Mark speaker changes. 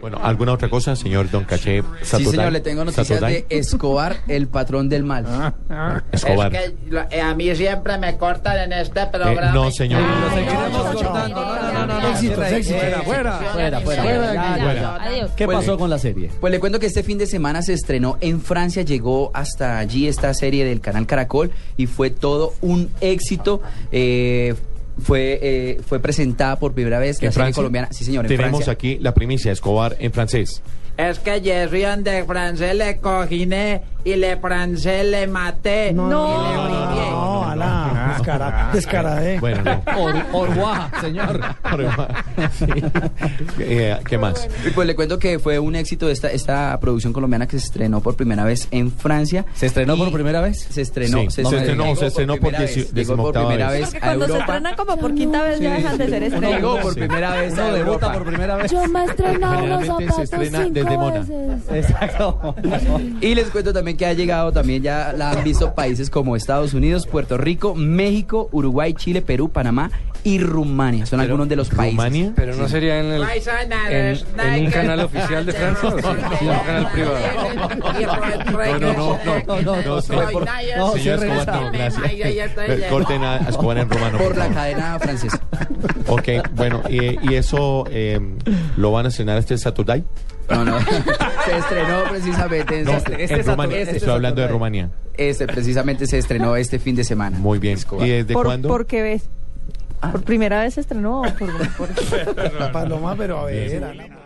Speaker 1: Bueno, ¿alguna otra cosa, señor Don Caché?
Speaker 2: Sí,
Speaker 1: Saturdine?
Speaker 2: señor, le tengo noticias
Speaker 1: Saturdine?
Speaker 2: de Escobar, el patrón del mal.
Speaker 1: Escobar.
Speaker 3: Es que lo- eh, a mí siempre me cortan en este
Speaker 1: Eh,
Speaker 3: programa.
Speaker 1: no, señor.
Speaker 2: Fuera, fuera, fuera.
Speaker 4: ¿Qué pasó con la serie?
Speaker 2: Pues le cuento que este fin de semana se estrenó en Francia, llegó hasta allí esta serie del canal Caracol y fue todo un éxito. Eh, fue, eh, fue presentada por primera vez la
Speaker 1: ¿En
Speaker 2: serie
Speaker 1: Francia?
Speaker 2: colombiana. Sí, señor, en
Speaker 1: Tenemos
Speaker 2: Francia.
Speaker 1: aquí la primicia, Escobar en francés.
Speaker 3: Es que Jerry de francés le coginé y le francés le maté.
Speaker 5: No.
Speaker 6: No, alá, descarada, descarada, eh.
Speaker 1: Bueno, no.
Speaker 4: Orguaja, señor.
Speaker 1: Sí. Eh, ¿Qué más?
Speaker 2: Y pues le cuento que fue un éxito esta, esta producción colombiana que se estrenó por primera vez en Francia.
Speaker 4: ¿Se estrenó
Speaker 2: Y
Speaker 4: por primera vez?
Speaker 2: Se estrenó,
Speaker 1: Sí, se estrenó,
Speaker 2: Llegó
Speaker 1: se estrenó por
Speaker 2: primera
Speaker 1: dieci-
Speaker 2: vez, llegó por
Speaker 1: decimoctava
Speaker 2: primera
Speaker 1: vez.
Speaker 2: vez
Speaker 5: Porque
Speaker 2: a
Speaker 5: cuando se
Speaker 2: Europa.
Speaker 5: estrenan como por quinta vez ya dejan de ser estrellas.
Speaker 2: Llegó por
Speaker 1: Sí.
Speaker 2: primera vez
Speaker 4: No,
Speaker 2: a
Speaker 4: debuta
Speaker 2: Europa.
Speaker 4: por primera vez.
Speaker 7: Yo me he estrenado los
Speaker 1: Generalmente
Speaker 7: zapatos
Speaker 1: se estrena
Speaker 7: cinco
Speaker 1: desde Mona.
Speaker 7: veces.
Speaker 4: Exacto.
Speaker 2: Y les cuento también que ha llegado también, ya la han visto países como Estados Unidos, Puerto Rico, México, Uruguay, Chile, Perú, Panamá y Rumania. Son algunos de los países.
Speaker 1: ¿Rumania?
Speaker 8: Pero no sería en el en, en un canal oficial de Francia o en un canal
Speaker 1: No,
Speaker 8: privado.
Speaker 1: no, no, no, no, no, señor,
Speaker 4: no,
Speaker 1: señor
Speaker 4: se
Speaker 1: Escobar, no, gracias. Eh, Corten a a Escobar en romano.
Speaker 2: Por la
Speaker 1: favor.
Speaker 2: cadena francesa.
Speaker 1: Ok, bueno, y, y eso eh, lo van a estrenar este Saturday.
Speaker 2: No, no. Se estrenó precisamente en
Speaker 1: No,
Speaker 2: este,
Speaker 1: en Rumania.
Speaker 2: este
Speaker 1: Estoy hablando de
Speaker 2: Saturday.
Speaker 1: Rumanía.
Speaker 2: Este, precisamente se estrenó este fin de semana.
Speaker 1: Muy bien.
Speaker 2: Escobar.
Speaker 1: ¿Y desde
Speaker 5: por,
Speaker 1: cuándo?
Speaker 5: ¿Por
Speaker 2: Ah.
Speaker 5: qué ves? ¿Por primera vez se estrenó? o por- por-
Speaker 6: La paloma, pero a ver, alá.